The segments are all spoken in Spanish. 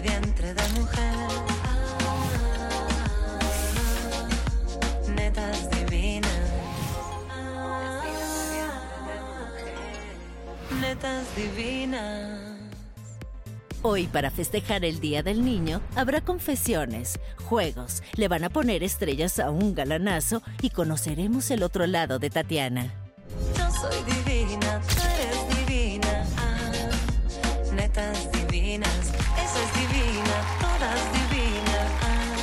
vientre de mujer. Ah, netas divinas. Ah, netas divinas. Hoy para festejar el Día del Niño habrá confesiones, juegos, le van a poner estrellas a un galanazo y conoceremos el otro lado de Tatiana. Yo soy divina, tú eres divina. Ah, netas divinas, eso es divina, todas divinas. Ah,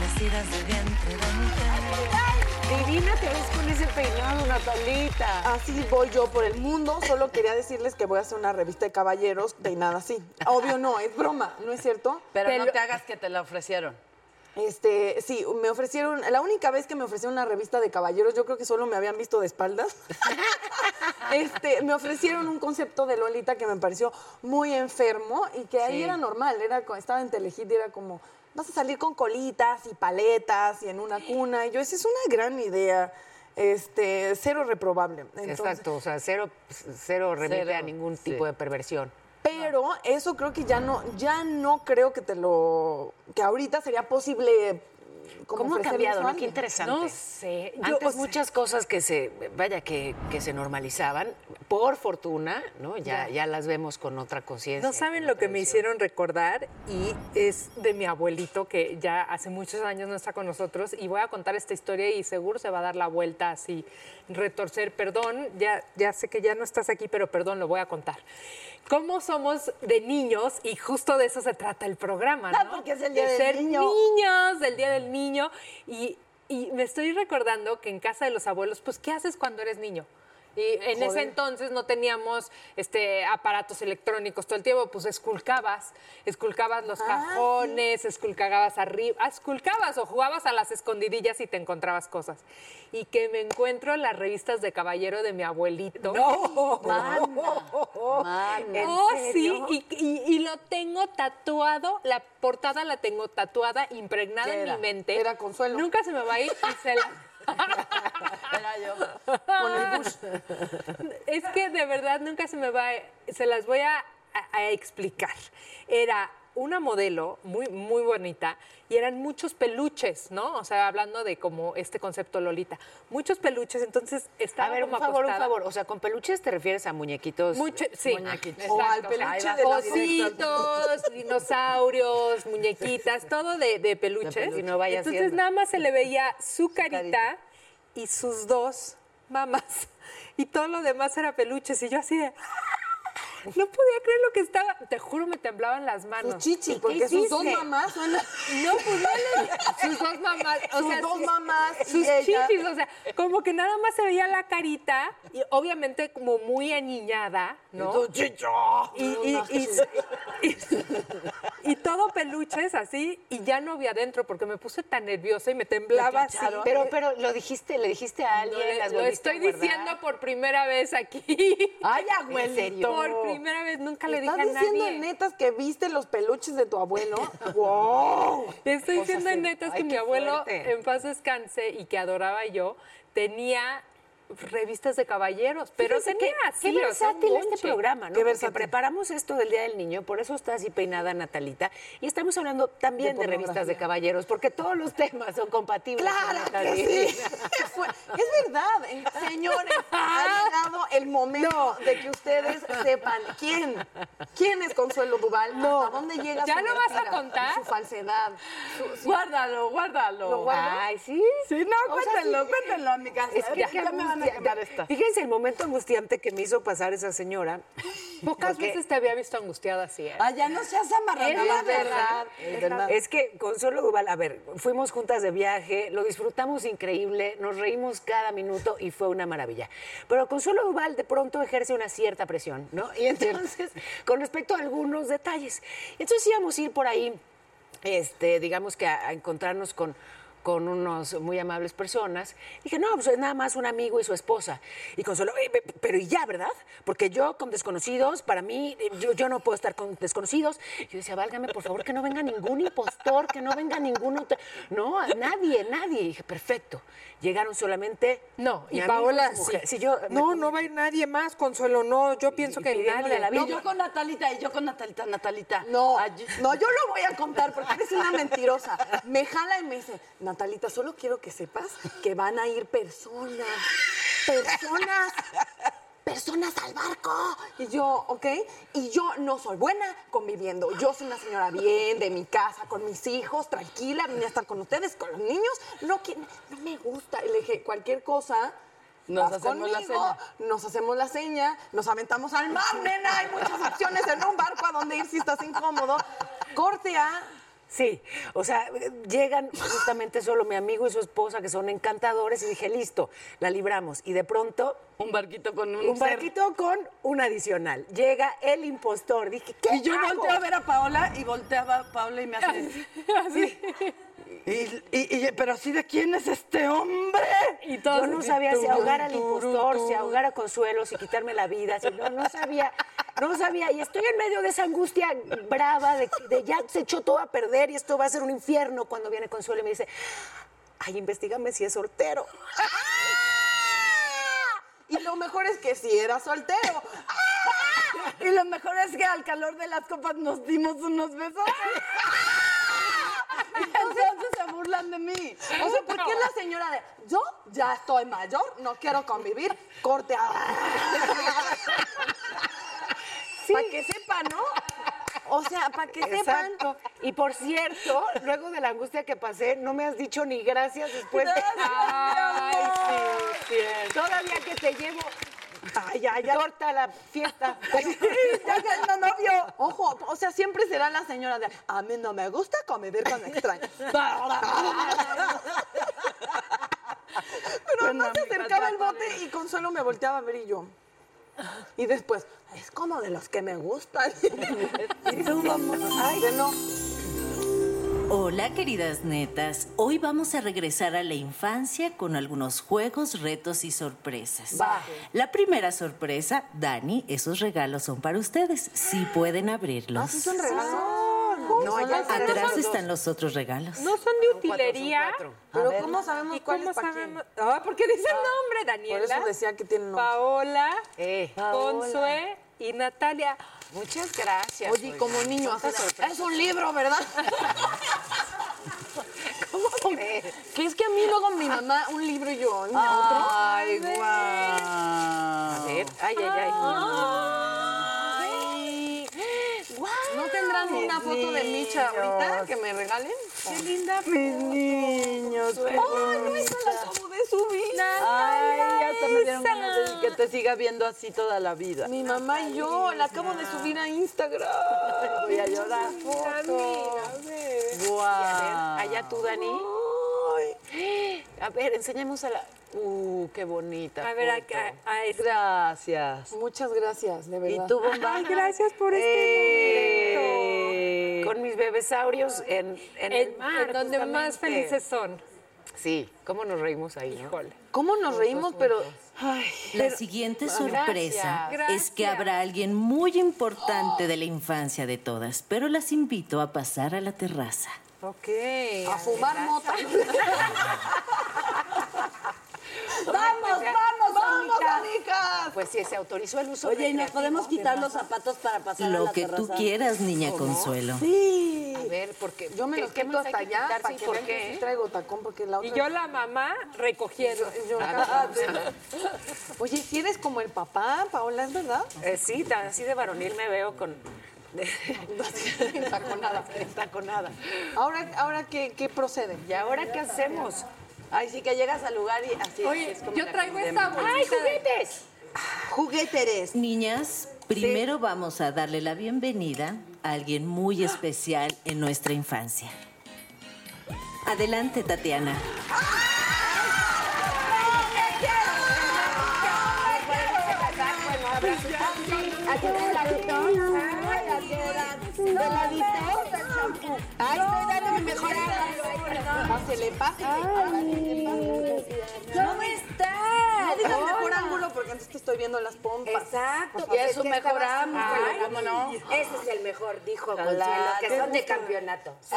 nacidas de vientre de mujer. Divina te ves con ese peinado, Natalita. Así voy yo por el mundo. Solo quería decirles que voy a hacer una revista de caballeros peinada así. Obvio no, es broma, ¿no es cierto? Pero no lo- te hagas que te la ofrecieron. Este, sí, me ofrecieron, la única vez que me ofrecieron una revista de caballeros, yo creo que solo me habían visto de espaldas. este, me ofrecieron un concepto de Lolita que me pareció muy enfermo y que ahí Sí. era normal, era, co- estaba en Telehit y era como, vas a salir con colitas y paletas y en una cuna. Y yo, esa es una gran idea, este, cero reprobable. Entonces, Exacto, o sea, cero, cero remite Cero, a ningún sí. tipo de perversión. Pero eso creo que ya no, ya no creo que te lo, que ahorita sería posible. como ¿Cómo ha ofrecerles cambiado? a no? Qué alguien. interesante. No sé. Yo, Antes o sea- muchas cosas que se, vaya, que, que se normalizaban, por fortuna, ¿no? Ya, ya. las vemos con otra conciencia. No saben lo que me hicieron recordar y es de mi abuelito que ya hace muchos años no está con nosotros y voy a contar esta historia y seguro se va a dar la vuelta así, retorcer, perdón, ya, ya sé que ya no estás aquí, pero perdón, lo voy a contar. ¿Cómo somos de niños? Y justo de eso se trata el programa, ¿no? Ah, porque es el Día de del ser Niño. niños, del Día del Niño. Y, y me estoy recordando que en casa de los abuelos, pues, ¿qué haces cuando eres niño? Y en ese entonces no teníamos este, aparatos electrónicos todo el tiempo, pues esculcabas, esculcabas los cajones, esculcabas arriba, esculcabas o jugabas a las escondidillas y te encontrabas cosas. Y que me encuentro las revistas de caballero de mi abuelito. ¡No! Oh, sí, y, y- y lo tengo tatuado, la portada la tengo tatuada, impregnada en era? mi mente. Era Consuelo. Nunca se me va a ir y se la... Era yo. Con el Bush. Es que de verdad nunca se me va, a- se las voy a, a- a explicar. Era una modelo muy, muy bonita y eran muchos peluches, ¿no? O sea, hablando de como este concepto Lolita. Muchos peluches, entonces estaba A ver, un como favor, un acostada. favor. O sea, con peluches te refieres a muñequitos. Mucho, sí. Muñequitos. Exacto. O al Ahí peluche va. de la Ositos, dinosaurios, muñequitas, todo de, de peluches. De peluche. Y no vaya Entonces siendo. nada más se le veía su carita, carita. y sus dos mamás. Y todo lo demás era peluches. Y yo así de... "Ah, No podía creer lo que estaba. Te juro, me temblaban las manos. Su chichi, porque sus dos hiciste? mamás son las- No, pues no le- Sus dos mamás. O Sus sea, dos mamás y Sus ella. chichis, o sea, como que nada más se veía la carita y obviamente como muy aniñada, ¿no? Y, y- y- y- y todo peluches así y ya no vi adentro porque me puse tan nerviosa y me temblaba así. Pero, pero, lo dijiste, le dijiste a No, alguien, le- las lo volviste a estoy guardar? diciendo por primera vez aquí. Ay, ¿En serio? Por primera vez, nunca le dije ¿Estás a diciendo nadie. netas que viste los peluches de tu abuelo? ¡Wow! Estoy diciendo en netas Ay, que qué mi abuelo fuerte. en paz descanse y que adoraba yo, tenía revistas de caballeros, pero Fíjate tenía qué- así. Qué o sea, un versátil este bonche. programa, ¿no? Qué Porque versátil. preparamos esto del Día del Niño, por eso está así peinada Natalita. Y estamos hablando también de, De revistas de pornografía. caballeros, porque todos los temas son compatibles. con Claro que Natalita. sí. Fue- Es verdad, eh, señores, ha llegado el momento de que ustedes sepan quién, quién es Consuelo Duval, no. hasta dónde llega ¿Ya su lo vas a mentira, contar? su falsedad. su- su- Guárdalo, guárdalo. ¿Lo guardo? Ay, sí. Sí, no, O sea, cuéntenlo, sí. cuéntenlo a mi casa. Es que ya, qué ya me van a angustia- quemar esta. Fíjense el momento angustiante que me hizo pasar esa señora. Pocas Porque- veces te había visto angustiada así, ¿eh? Allá no seas amarrada. Es la la verdad, Es verdad. Es que Consuelo Duval, a ver, fuimos juntas de viaje, lo disfrutamos increíble, nos reímos cada minuto y fue una maravilla. Pero Consuelo Duval de pronto ejerce una cierta presión, ¿no? Y entonces, con respecto a algunos detalles. Entonces íbamos a ir por ahí, este, digamos que a, a encontrarnos con con unos muy amables personas. Dije, no, pues es nada más un amigo y su esposa. Y Consuelo, "Eh, pe- pero y ya, ¿verdad? Porque yo con desconocidos, para mí, eh, yo, yo no puedo estar con desconocidos. Yo decía, válgame, por favor, que no venga ningún impostor, que no venga ningún otro. No, a nadie, nadie. Y dije, perfecto. Llegaron solamente. No, mi y amigo Paola su sí. mujer. Sí, yo, No, no va a ir nadie más, Consuelo, no, yo pienso que pidiéndole nadie. la vida. No, yo con Natalita y yo con Natalita, Natalita. No, Ay, no, yo lo voy a contar porque eres una mentirosa. Me jala y me dice, Natalita, solo quiero que sepas que van a ir personas, personas, personas al barco. Y yo, ¿ok? Y yo no soy buena conviviendo. Yo soy una señora bien, de mi casa, con mis hijos, tranquila, vine a estar con ustedes, con los niños. No, que- no me gusta. Y le dije, cualquier cosa... Nos vas hacemos la conmigo, seña. nos hacemos la seña, nos aventamos al mar, nena, hay muchas opciones en un barco a donde ir si estás incómodo. Corte a... Sí, o sea, llegan justamente solo mi amigo y su esposa, que son encantadores, y dije, listo, la libramos. Y de pronto, Un barquito con un, un ser. barquito con un adicional. Llega el impostor. Dije, ¿qué? Y yo hago? volteo a ver a Paola y volteaba a Paola y me hace. Y- y- y- pero sí, ¿de quién es este hombre? Y todos- Yo no sabía si Turun, ahogar al turun, impostor, si turun. ahogar a Consuelo, si quitarme la vida. si no, no sabía, no sabía. Y estoy en medio de esa angustia brava de, que- de ya se echó todo a perder y esto va a ser un infierno cuando viene Consuelo y me dice, ay, investigame si es soltero. Y lo mejor es que si era soltero. Y lo mejor es que al calor de las copas nos dimos unos besos. Entonces se burlan de mí. O sea, ¿por qué la señora de... Yo ya estoy mayor, no quiero convivir, corte a... Para que sepan, ¿no? O sea, para que sepan... Exacto. Y por cierto, luego de la angustia que pasé, no me has dicho ni gracias después de. Pues, Ay, sí, Todavía que te llevo. Ay, ay, ay. Torta a la fiesta. Ya siendo novio. Ojo, o sea, siempre será la señora de... A mí no me gusta convivir con extraños. Pero Bueno, además se amiga, acercaba el trata bote y Consuelo me volteaba a ver y yo. Y después, es como de los que me gustan. y tú, vamos, ay, que no. Hola queridas netas, hoy vamos a regresar a la infancia con algunos juegos, retos y sorpresas. La primera sorpresa, Dani, esos regalos son para ustedes, si pueden abrirlos. Ah, sí son regalos. No, ya sabemos? Atrás están los otros regalos. No son de utilería. Pero ¿cómo sabemos ¿Y cuál cómo es para sabemos? Ah, porque dice el nombre, quién? Daniela. Por eso decía que tienen nombre. Paola, Eh. Consue y Natalia. Muchas gracias. Oye, y como niño, así de, es un libro, ¿verdad? ¿Cómo crees? que es que a mí luego mi mamá, un libro y yo, y mi otro. Ay, guau. A ver, ay, ay, ay. ¿No tendrán una foto de Micha ahorita que me regalen? ¡Qué linda! ¡Mis niños! ¡Ay, no, esa la acabo de subir! Ay, hasta me dieron ganas de que te siga viendo así toda la vida. Mi mamá y yo la acabo de subir a Instagram. Voy a llorar. Guau. Allá tú, Dani. A ver, enseñemos a la. Uh, qué bonita. A ver, foto. acá. a este. Gracias. Muchas gracias, de verdad. Y tú, bomba. Ay, gracias por este Eh, con mis bebesaurios en, en el, En- mar. en donde más justamente. felices son. Sí, cómo nos reímos ahí, ¿no? ¿Cómo nos reímos? Pero. La siguiente sorpresa Gracias. es que habrá alguien muy importante de la infancia de todas, pero las invito a pasar a la terraza. Ok. A fumar mota. ¡Vamos, vamos, ¡Vamos, amigas! amigas! Pues sí, se autorizó el uso Oye, ¿y nos recreativo. podemos quitar los zapatos para pasar a Lo la que tú terraza? quieras, niña Consuelo. Sí. A ver, porque Yo me ¿qué- los qué quito hasta hay que allá quitarse para y que por vean que qué? sí traigo tacón, porque la otra... Y yo la mamá recogiendo. Yo- Ah, cállate. Oye, si eres como el papá, Paola, ¿es verdad? Eh, sí, tan así de varonil me veo con... taconada, taconada. Ahora, ahora ¿qué, qué procede? ¿Y ahora qué hacemos? Ay, sí que llegas al lugar y así. Oye, es como yo la traigo condena. esta bolsita. ¡Ay, ¡Juguetes! Jugueteres. Niñas, primero vamos a darle la bienvenida a alguien muy especial en nuestra infancia. Adelante, Tatiana. Pásele, pásele. ¿Cómo No estás? digas mejor ángulo, porque antes te estoy viendo las pompas. Exacto. Y es un mejor ángulo, Ay, ¿cómo no? Ese es el mejor, dijo Ojalá, Consuelo, que qué son de gusto. campeonato. Ah,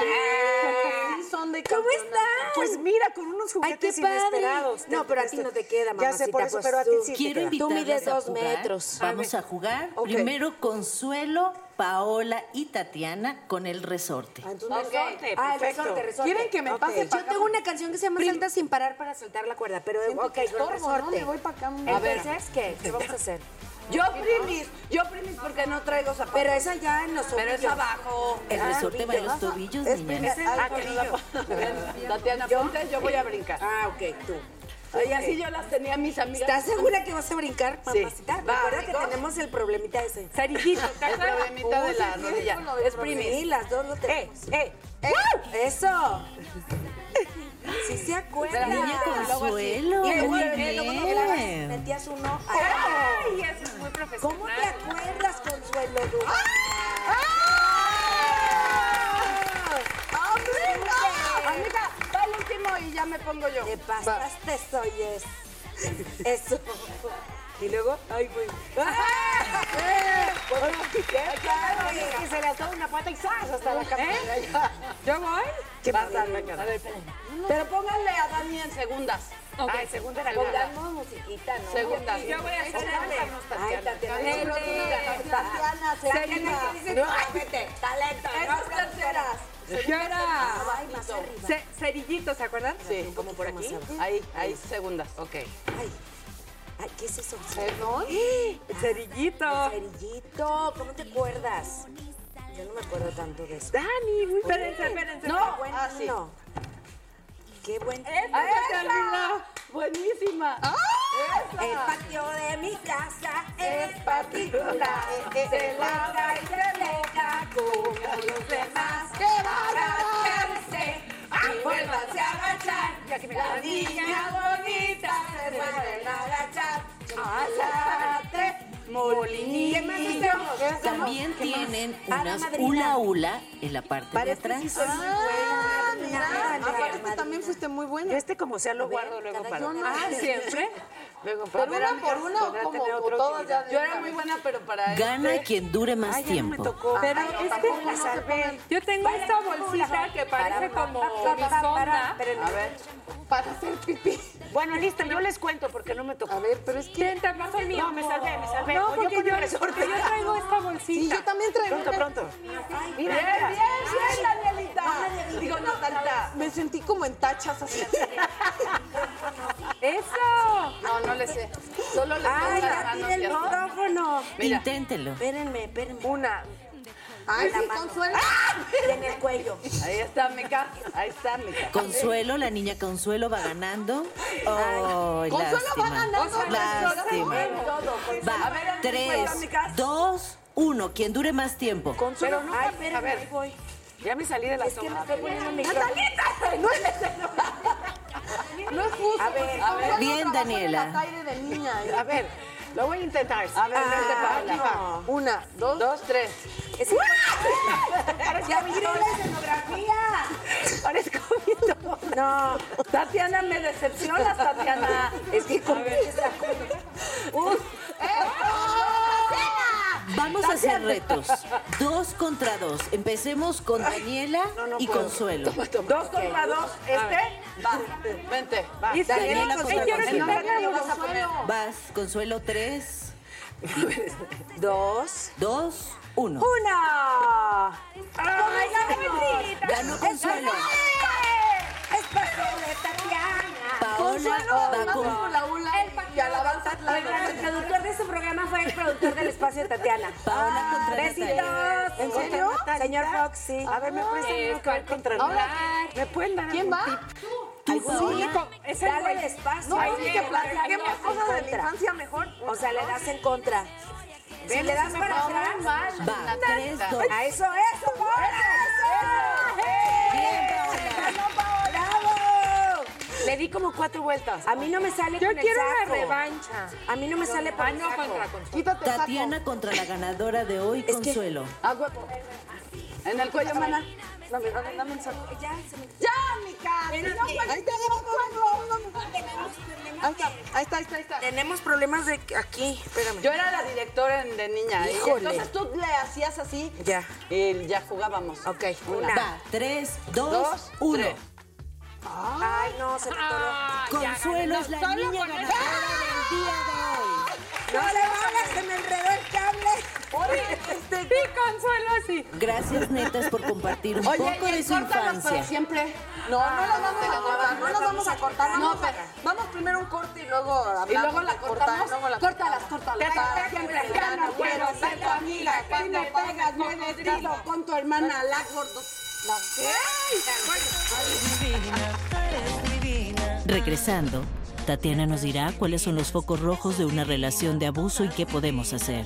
Sí, son de ¿Cómo campeonato. estás? Pues mira, con unos juguetes qué padre. inesperados. No, pero a ti no te queda, Ya sé, por mamacita, eso, pues pero a ti tú. sí Quiero te queda. Tú invitarlas mides a dos jugar. metros. Vamos a jugar. Primero Consuelo, Paola y Tatiana con el resorte. Ah, entonces, resorte, Ah, el perfecto. resorte, resorte. ¿Quieren que me Ok. pase para Yo acá? tengo una canción que se llama Salta sin parar para soltar la cuerda, pero Siento ok, que con estorbo, ¿no? resorte. Me voy para acá. Entonces, ¿qué? ¿Qué vamos a hacer? Yo primis, yo primis porque no traigo zapatos. Pero esa ya en los Pero es abajo. El Ah, resorte va en los tobillos, niñas. Ah, tobillo. Tatiana, ponte, yo voy a brincar. Ah, ok, tú. Y así yo las tenía mis amigas. ¿Estás segura que vas a brincar, mamacita? Va, Recuerda que ¿no? tenemos el problemita ese. Sarillito, ¿te El acuerdas? problemita de la rodilla. Es primis. Sí, las dos lo tenemos. ¡Eh, eh! ¡Eso! Sí se acuerda. Niña Consuelo, Y luego muy eh, luego no quedabas, bien. metías uno. ¡Ay, eso es muy profesional! ¿Cómo te acuerdas, Consuelo Duval? ¡Ah! Amiga, va el último y ya me pongo yo. Te pasaste, soy es. Eso. Y luego, ay, güey. ¡Ah! Que se le ató una pata y ¡zas! Hasta la cámara. ¿Yo voy? ¿Qué pasa? A ver, espérame. Pero pónganle a Dani en segundas. Ay, segunda era la Pongamos musiquita, ¿no? Segundas. Yo voy a hacer algo. Ay, Tatiana. Tatiana. Tatiana, Tatiana, ¿qué dices? Vete, talento. Esas no canteras. Yo era Ay, más arriba. ce- cerillito, ¿se acuerdan? Sí, como por aquí. Ahí, ahí, segundas. Ok. Ay, ay, ¿qué es eso? ¿Perdón? Cerillito. Cerillito, ¿cómo te acuerdas? Yo no me acuerdo tanto de eso. Dani, uy, espérense, espérense. Qué buen ah, sí. himno. Qué buen himno. ¡Ay, Carlina! Buenísima. El patio de mi casa es particular. Se lava y se deja como los demás. ¡Qué baratarse! Y vuélvanse a agachar. La niña bonita se vuelven a agachar. Alate, molinillo. ¿Qué más hacemos? ¿Qué hacemos? También tienen Ah, la unas madrina. hula hula en la parte de Parece que atrás. sí soy muy buena. Mira, mira, Ah, Aparte, este mira. también fuiste muy buena. Este como sea lo guardo luego cada para... quien una. Ah, siempre. Luego para... ¿Pero una por una o como o todas ya? de Yo una era muy vez? buena, pero para él. Gana quien dure más tiempo. Pero es que yo tengo esta bolsita que parece como bisonda. A ver. Para hacer pipí. Bueno, listo, yo les cuento porque no me tocó. A ver, pero es que... ¿Quién te pasa el mío? No, me salvé, me salvé. No, O yo porque con yo, el resorte. yo traigo esta Sí, bolsita. yo también traigo... Pronto, una- pronto. Bien, bien, bien, Danielita. Digo, no, Danielita. Me sentí como en tachas así. ¡Eso! No, no le sé. Solo le Ay, pongo las ya manos tiene el y así. micrófono. Mira. Inténtelo. Espérenme, espérenme. Una. Ay, la sí, mano. Consuelo. En el cuello. ¡Ah! Ahí está, Mica. Ahí está, Mica. Consuelo, la niña Consuelo va ganando. Oh, Consuelo va lástima. ganando. Lástima. Va, tres, dos, uno. Quien dure más tiempo. Consuelo, Pero no, no, ay, espérame, a ver. ahí voy. Ya me salí de la Es que me sombra. estoy poniendo mi No es justo. A ver, porque Consuelo trabajó en Bien, el Daniela. ataire de niña. ¿eh? A ver, lo voy a intentar. Ah, A ver, vente para no. arriba. Una, dos, dos, tres. Es que- ¡Ya miré la escenografía! Parezco mito. No, Tatiana, me decepcionas, Tatiana. ¡Eh! es que con esa... Vamos Vamos a hacer retos. Dos contra dos. Empecemos con Daniela y Consuelo. Dos contra dos, este. Va. Vente, va. Y Daniela Ah, Daniela, contra Consuelo. No, Consuelo. Daniela, vas a poner. Vas, Consuelo, tres. dos. Dos, uno. ¡Una! ¡Ay, Ganó Consuelo. ¡Es para de Tatiana! Paola va con... El El productor de su programa fue el productor del espacio de Tatiana. Ah, Paola contra Natalia. ¡Besitos! ¿En serio? Señor Fox, sí. A ver, ¿me Eh, prestan uno que va contra Ahora, ¿Me pueden dar ¿Quién algún va? tip? Tú, Sí, Paola. es el Dale güey. el espacio. No, Ay, sí, sí, que sí, platiquemos sí, cosas de la contra. infancia mejor. O sea, le das en contra. Si le das para atrás, Va, tres, dos. a eso, eso, Paola, eso. Bien, Paola. Se ganó Paola. ¡Bravo! Le di como cuatro vueltas. A mí no me sale Yo con el quiero la saco. revancha. A mí no me sale por Ah, el no, saco. contra Consuelo. Quítate el saco. Tatiana contra la ganadora de hoy, que- Consuelo. A huevo. En el cuello, mana. Dame, dame, dame el saco. Ya, se me- ¡Ya, mica! Ahí está, Ahí está, ahí está, ahí está, ahí está. Tenemos problemas de aquí. Espérame. Yo era la directora en- de niña. ¿eh? Híjole. Entonces tú le hacías así. Ya. Y ya jugábamos. Ok, una. Una. Va, tres, dos, Dos, uno. tres. Ay, no, se me atoró. Ah, ya Consuelo ganó. es la Solo niña con ganadora eso. del día de hoy. No le vale, se me enredó el cable. Este, Sí, Consuelo, sí. Gracias, netas, por compartir un Oye, poco y el de su córtalos para infancia. siempre. No, Ah, no las vamos a cortar, no las vamos a cortar. No, Vamos, pero- vamos primero un corte y luego hablamos. Y luego la de cortar, cortamos. luego la Córtalas, cortamos. córtalas. Para Siempre. siempre. Ya no quiero ser tu amiga. Cuando pegas, me desdigo con tu hermana, la gordo. Regresando, Tatiana nos dirá cuáles son los focos rojos de una relación de abuso y qué podemos hacer.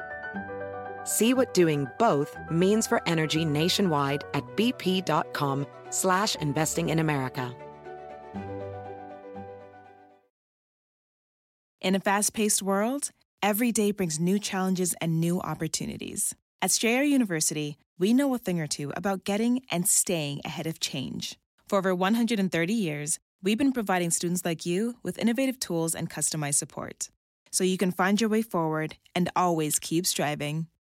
See what doing both means for energy nationwide at bp.com slash investing in America. In a fast paced world, every day brings new challenges and new opportunities. At Strayer University, we know a thing or two about getting and staying ahead of change. For over 130 years, we've been providing students like you with innovative tools and customized support so you can find your way forward and always keep striving.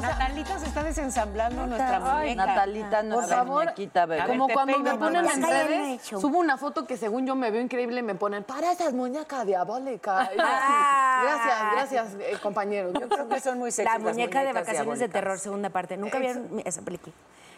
Natalita se está desensamblando nuestra Ay, Natalita, nuestra muñequita, bebé. Como cuando me ponen en redes, Subo una foto que según yo me veo increíble, me ponen, para esas muñecas diabólicas. Ah. gracias, gracias, eh, compañeros. Yo creo que son muy sexy. La Las muñeca de muñecas vacaciones de diabólicas. terror, segunda parte. Nunca vieron esa película.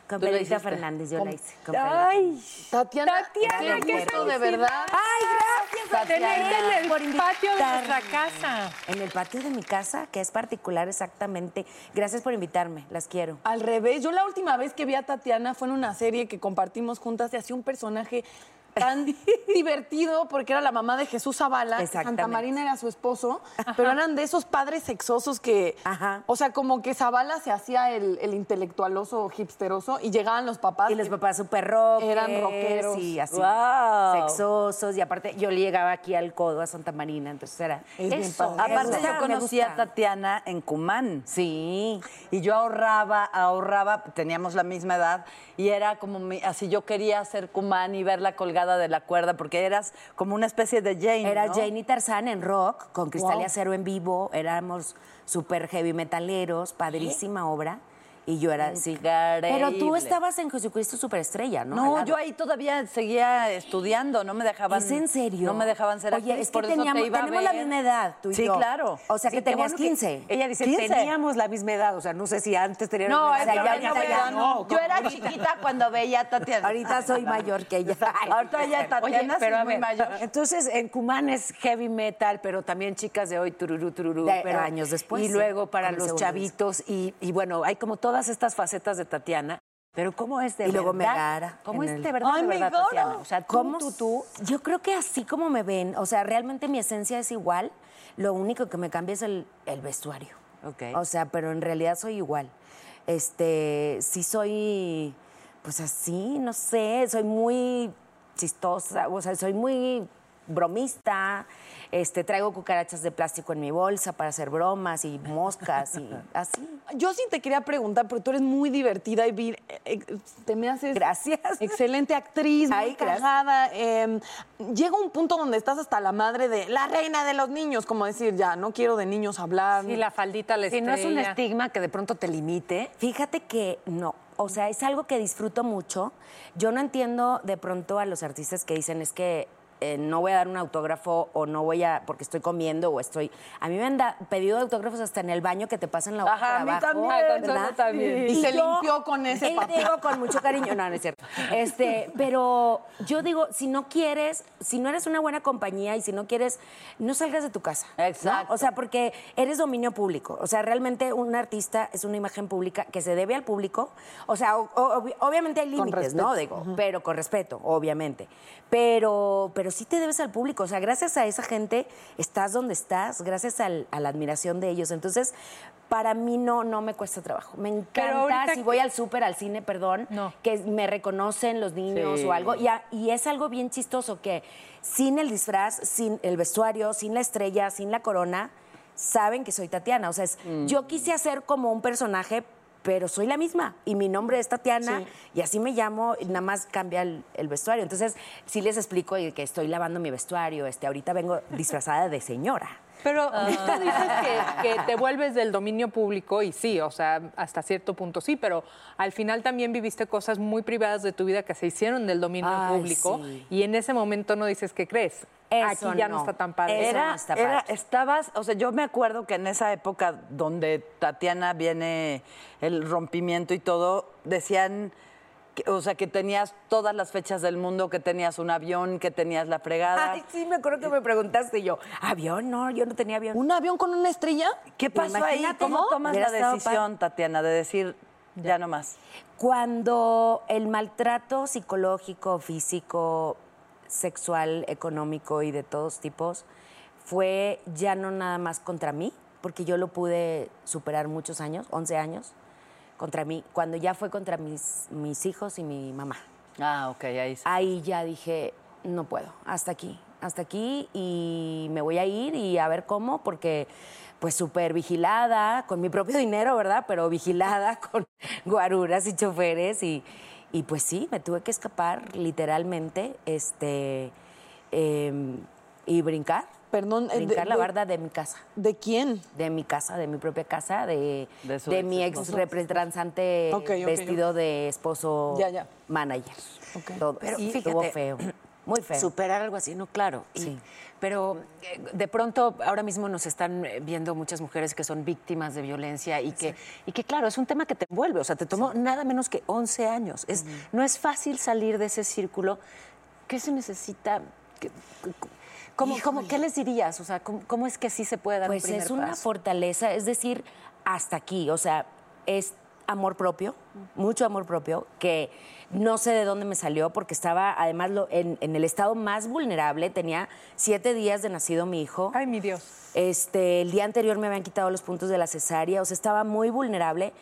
Con Tú la Pedrita hiciste. Fernández, yo la hice. con Pedrita. Ay, Tatiana, Tatiana, qué qué gusto, de felicidad. verdad. Ay, gracias a tenerte en el por patio de nuestra invitarme. casa. En el patio de mi casa, que es particular exactamente. Gracias por invitarme, las quiero. Al revés, yo la última vez que vi a Tatiana fue en una serie que compartimos juntas y hacía un personaje tan divertido porque era la mamá de Jesús Zavala, que Santa Exactamente. Marina era su esposo, pero eran de esos padres sexosos que, Ajá. o sea, como que Zavala se hacía el, el intelectualoso hipsteroso y llegaban los papás. Y los papás súper rockers. Eran rockeros. Y así. Wow. Sexosos. Y aparte, yo llegaba aquí al codo, a Santa Marina, entonces era. Es bien padre. eso, me Aparte, gusta, yo me conocí gusta. a Tatiana en Cumán. Sí. Y yo ahorraba, ahorraba, teníamos la misma edad, y era como mi- así, yo quería ser Cumán y verla colgada de la cuerda, porque eras como una especie de Jane. Era ¿no? Janie Tarzán en rock, con Cristal y Wow. Acero en vivo. Éramos súper heavy metaleros, padrísima obra. Y yo era cigarro. Pero tú estabas en Jesucristo Superestrella, No, yo ahí todavía seguía estudiando, no me dejaban. ¿Es en serio? No me dejaban ser Oye, actriz, es que por eso teníamos- te iba a tenemos la ver. misma edad, tú y sí, yo. claro. O sea, que qué tenías 15. Ella dice, 15. teníamos la misma edad, o sea, no sé si antes teníamos No, la misma es que edad. ahorita ya no. Yo era chiquita cuando veía a Tatiana. Ahorita soy mayor que ella. Ahorita ya Tatiana pero es a muy ver, mayor. Entonces, en Cumán es heavy metal, pero también chicas de hoy, tururú, tururú. De pero- años después, Y sí, luego para con el los segundo chavitos, y, y bueno, hay como todas estas facetas de Tatiana. Pero ¿cómo es de Y luego verdad? Megara ¿Cómo en es el- de verdad, ¡Ay, de verdad, Megara! Tatiana? O sea, tú, ¿Cómo tú, tú. Yo creo que así como me ven, o sea, realmente mi esencia es igual, lo único que me cambia es el, el vestuario. Ok. O sea, pero en realidad soy igual. Este, sí soy, pues así, no sé, soy muy chistosa, o sea, soy muy bromista, este, traigo cucarachas de plástico en mi bolsa para hacer bromas y moscas y así. Yo sí te quería preguntar, porque tú eres muy divertida y vi- eh, eh, te me haces. Gracias. Excelente actriz, muy Ay, gracias. cagada. eh, llega un punto donde estás hasta la madre de la reina de los niños, como decir, ya, no quiero de niños hablar. Y la faldita la Si estrella. no es un estigma que de pronto te limite. Fíjate que no. O sea, es algo que disfruto mucho. Yo no entiendo de pronto a los artistas que dicen es que eh, no voy a dar un autógrafo o no voy a porque estoy comiendo o estoy. A mí me han da- pedido autógrafos hasta en el baño que te pasan la hoja Ajá, para a mí abajo, también. Ah, con ¿verdad? Sonia también. Y se limpió con ese él papel. digo con mucho cariño, no, no es cierto. Este, pero yo digo, si no quieres, si no eres una buena compañía y si no quieres, no salgas de tu casa. ¿no? Exacto. O sea, porque eres dominio público. O sea, realmente un artista es una imagen pública que se debe al público. O sea, o- o- obvi- obviamente hay límites, respeto. ¿no? Digo, pero con respeto, obviamente. Pero, pero sí te debes al público. O sea, gracias a esa gente estás donde estás, gracias al- a la admiración de ellos. Entonces, para mí no, no me cuesta trabajo. Me Pero encanta ahorita si voy al súper, al cine, perdón, que me reconocen los niños Sí. o algo. Y, a- y es algo bien chistoso que sin el disfraz, sin el vestuario, sin la estrella, sin la corona, saben que soy Tatiana. O sea, es- yo quise hacer como un personaje, pero soy la misma. Y mi nombre es Tatiana y así me llamo, y nada más cambia el, el vestuario. Entonces, sí les explico y que estoy lavando mi vestuario. Este, ahorita vengo disfrazada de señora. Pero tú dices que, que te vuelves del dominio público y sí, o sea, hasta cierto punto sí, pero al final también viviste cosas muy privadas de tu vida que se hicieron del dominio Ay, público sí. y en ese momento no dices qué crees. Eso Aquí ya no. no. está tan padre. Eso Era, no está era- padre. estabas, o sea, yo me acuerdo que en esa época donde Tatiana viene el rompimiento y todo, decían, que- o sea, que tenías todas las fechas del mundo, que tenías un avión, que tenías la fregada. Ay, sí, me acuerdo que me preguntaste y yo, ¿avión? No, yo no tenía avión. ¿Un avión con una estrella? ¿Qué pasó ahí? Imagínate, ¿Cómo ¿no? tomas Hubiera la estado decisión, Tatiana, de decir ya no más? Cuando el maltrato psicológico, físico, sexual, económico y de todos tipos fue ya no nada más contra mí, porque yo lo pude superar muchos años, 11 años, contra mí, cuando ya fue contra mis, mis hijos y mi mamá. Ah, ok, ahí sí. Ahí ya dije, no puedo, hasta aquí, hasta aquí y me voy a ir y a ver cómo, porque pues súper vigilada, con mi propio dinero, ¿verdad? Pero vigilada con guaruras y choferes y, y pues sí, me tuve que escapar literalmente este, em, y brincar. Perdón, eh, de- Brincar la de- barda de mi casa ¿De quién? de mi casa, de mi propia casa, de, De su de mi ex ex-esposo. representante Ok, ok, vestido de esposo Ya, ya. manager. Todo. Pero Y fíjate, estuvo feo, muy feo. Superar algo así, no, claro. Y- Sí. Pero eh, de pronto ahora mismo nos están eh, viendo muchas mujeres que son víctimas de violencia y que, y que claro, es un tema que te envuelve. O sea, te tomó nada menos que 11 años. Es, No es fácil salir de ese círculo. ¿Qué se necesita? ¿Qué, cómo, cómo- ¿qué les dirías? O sea, ¿cómo, cómo es que sí se puede dar un Pues primer es una paso? fortaleza, es decir, hasta aquí, o sea, es amor propio, mucho amor propio, que no sé de dónde me salió porque estaba además lo- en, en el estado más vulnerable, tenía siete días de nacido mi hijo. Ay, mi Dios. Este, el día anterior me habían quitado los puntos de la cesárea, o sea, estaba muy vulnerable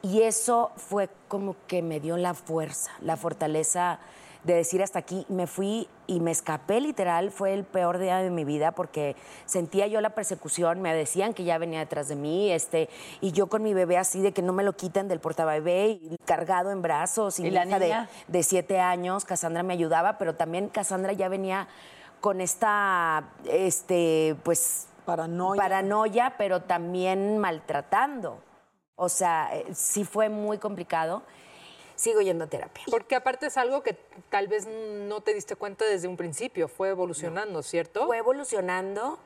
y eso fue como que me dio la fuerza, la fortaleza de decir hasta aquí, me fui y me escapé literal, fue el peor día de mi vida porque sentía yo la persecución, me decían que ya venía detrás de mí, este, y yo con mi bebé así de que no me lo quitan del portabebé y cargado en brazos y, ¿Y mi la hija niña? de de siete años, Cassandra me ayudaba, pero también Cassandra ya venía con esta, este, pues... Paranoia. Paranoia, pero también maltratando. O sea, eh, sí fue muy complicado. Sigo yendo a terapia. Porque aparte es algo que tal vez no te diste cuenta desde un principio, fue evolucionando, ¿cierto? Fue evolucionando.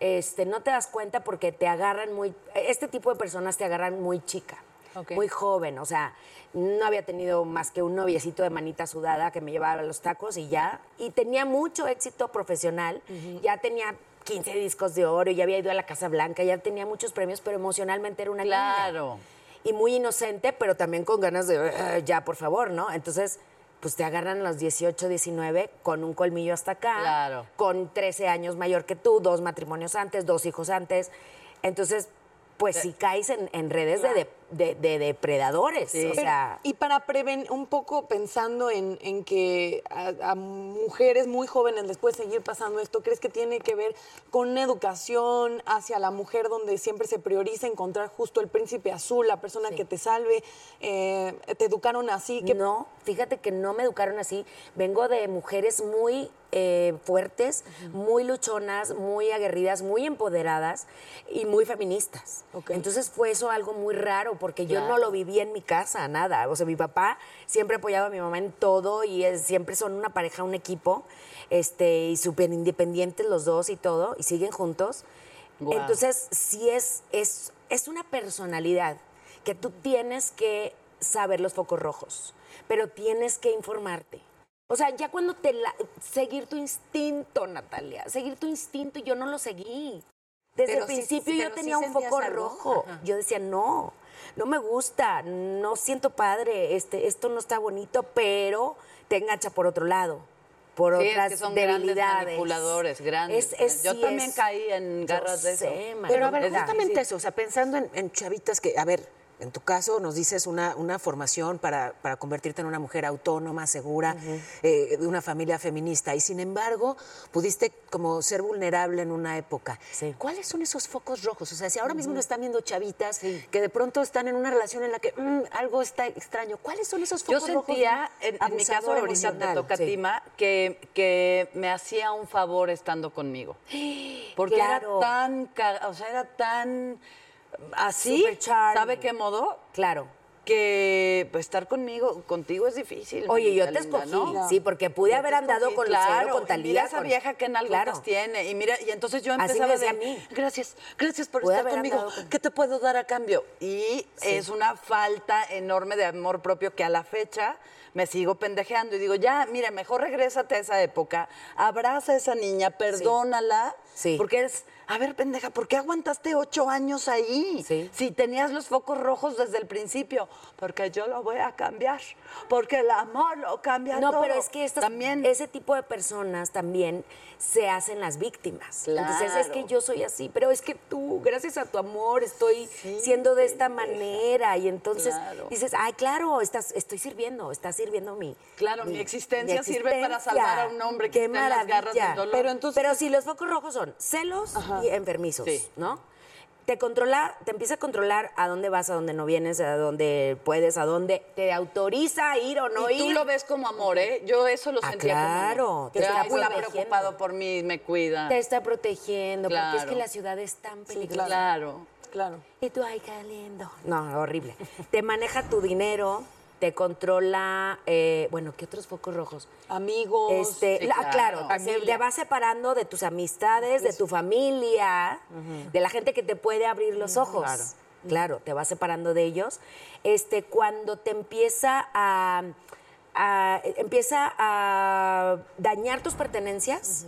Este, no te das cuenta porque te agarran muy, este tipo de personas te agarran muy chica, Ok. muy joven, o sea, no había tenido más que un noviecito de manita sudada que me llevaba a los tacos y ya. y tenía mucho éxito profesional. Ya tenía 15 discos de oro, ya había ido a la Casa Blanca, ya tenía muchos premios, pero emocionalmente era una Claro. niña. Y muy inocente, pero también con ganas de, "Ah, ya, por favor, ¿no? Entonces, pues te agarran a los 18, 19, con un colmillo hasta acá. Claro. Con 13 años mayor que tú, dos matrimonios antes, dos hijos antes. Entonces, pues Eh. sí caes en, en redes de, de- de- de depredadores. O Pero- sea, y para prevenir, un poco pensando en, en que a, a mujeres muy jóvenes les puede seguir pasando esto, ¿crees que tiene que ver con una educación hacia la mujer donde siempre se prioriza encontrar justo el príncipe azul, la persona que te salve? Eh, ¿Te educaron así? ¿Qué- No, fíjate que no me educaron así. Vengo de mujeres muy eh, fuertes, muy luchonas, muy aguerridas, muy empoderadas y muy feministas. Entonces fue eso algo muy raro porque yo Claro. no lo viví en mi casa, nada. O sea, mi papá siempre apoyaba a mi mamá en todo y es- siempre son una pareja, un equipo, este, y súper independientes los dos y todo, y siguen juntos. Guau. Entonces, sí es, es, es una personalidad que tú tienes que saber los focos rojos, pero tienes que informarte. O sea, ya cuando te... la- seguir tu instinto, Natalia, seguir tu instinto, y yo no lo seguí. Desde Pero el sí- principio yo pero sí tenía un sentías foco algo. rojo. Ajá. Yo decía, no, no me gusta, no siento padre, este, esto no está bonito, pero te engancha por otro lado, por Sí, es que otras son grandes debilidades. manipuladores, grandes. Yo también caí en yo garras de eso. sé, mano. Pero a ver, Es justamente difícil. eso, o sea, pensando en, en chavitas que, a ver, en tu caso nos dices una, una formación para, para convertirte en una mujer autónoma, segura, eh, de una familia feminista, y sin embargo pudiste como ser vulnerable en una época. ¿Cuáles son esos focos rojos? O sea, si ahora mismo Ujú. nos están viendo chavitas que de pronto están en una relación en la que mm, algo está extraño, ¿cuáles son esos Yo focos rojos? sentía, en, en mi Abusador caso ahorita te emocional, toca sí. a Tima, que, que me hacía un favor estando conmigo. Porque Claro. era tan, ca- o sea, era tan así, Super charming. ¿sabe qué modo? Claro. Que pues, estar conmigo, contigo es difícil. Oye, mi yo te linda, escogí, ¿no? sí, porque pude Yo haber te andado escogí, con Lucero, claro, y con mira Talía, esa con- vieja que en pues Claro. tiene. Y mira, y entonces yo Así me empezaba decía de, a mí. gracias, gracias por Pude estar haber conmigo. andado con- ¿Qué te puedo dar a cambio? Y Sí. es una falta enorme de amor propio que a la fecha me sigo pendejeando y digo, ya, mira, mejor regrésate a esa época, abraza a esa niña, perdónala, porque es, a ver, pendeja, ¿por qué aguantaste ocho años ahí? Si tenías los focos rojos desde el principio, porque yo lo voy a cambiar, porque el amor lo cambia No, todo. pero es que estas- ese tipo de personas también se hacen las víctimas. Entonces es que Claro. yo soy así, pero es que tú, gracias a tu amor, estoy siendo de esta manera. Y entonces Claro. dices, ay, claro, estás, estoy sirviendo, está sirviendo mi. Claro, mi existencia sirve para salvar a un hombre que Qué está en las garras del maravilla. dolor. Pero, entonces, pero si los focos rojos son celos y enfermizos, Sí. ¿no? Te controla, te empieza a controlar a dónde vas, a dónde no vienes, a dónde puedes, a dónde te autoriza a ir o no y ir. tú lo ves como amor, ¿eh? Yo eso lo Ah, sentía claro, como amor. te está Ay, está protegiendo. preocupado por mí, me cuida. Te está protegiendo, porque es Claro. que la ciudad es tan peligrosa. claro. Claro. Y tú, ay, qué lindo. No, horrible. te maneja tu dinero, te controla, eh, bueno, ¿qué otros focos rojos? Amigos. Este, Sí, la- claro. claro, se- Familia. te va separando de tus amistades, de tu familia, de la gente que te puede abrir los ojos. Claro. Claro. te va separando de ellos. Este, cuando te empieza a, a- empieza a dañar tus pertenencias,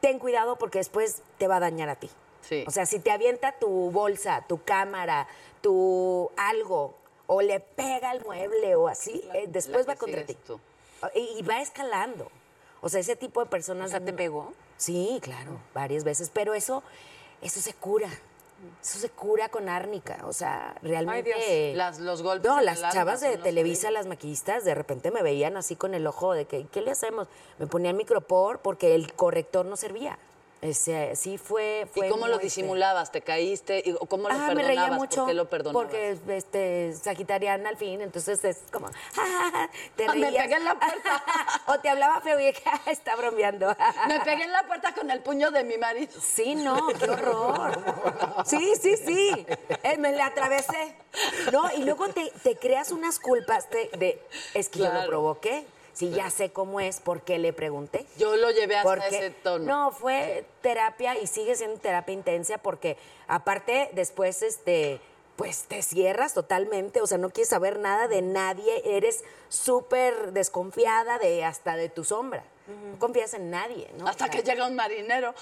ten cuidado porque después te va a dañar a ti. Sí. O sea, si te avienta tu bolsa, tu cámara, tu algo, o le pega al mueble o así, eh, después La va que contra ti. sigues tú. Y, y va escalando. O sea, ese tipo de personas... ¿te pegó? Sí, claro, varias veces. Pero eso, eso se cura. Eso se cura con árnica. O sea, realmente... Las, los golpes. No, en las el alma chavas son de los Televisa, las maquillistas, de repente me veían así con el ojo de que, ¿qué le hacemos? Me ponían micropor porque el corrector no servía. Ese, sí fue, fue ¿Y cómo lo muy este, feo. disimulabas? ¿Te caíste? ¿Y ¿Cómo lo Ah, me perdonabas? reía mucho ¿Por qué lo perdonabas? porque este sagitariana al fin, entonces es como ja, ja, Ah, ja, te Me reías. pegué en la puerta o te hablaba feo y dije, "Ah, está bromeando. Me pegué en la puerta con el puño de mi marido. Sí, no, qué horror. Sí, sí, sí. Eh, me la atravesé. No, y luego te, te creas unas culpas de, de, es que yo lo Claro. provoqué. Si ya sé cómo es, ¿por qué le pregunté? Yo lo llevé hasta Porque- ese tono. No, fue terapia y sigue siendo terapia intensa porque aparte después este pues te cierras totalmente, o sea, no quieres saber nada de nadie, eres súper desconfiada de hasta de tu sombra. No confías en nadie, ¿no? Hasta que llega un marinero.